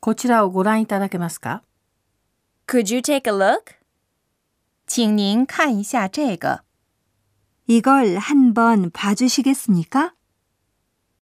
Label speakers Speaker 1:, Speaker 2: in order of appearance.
Speaker 1: こちらをご覧いただけますか
Speaker 2: Could you take a look?
Speaker 3: 请您看一下这个。
Speaker 4: 이걸 한번 봐주시겠습니까?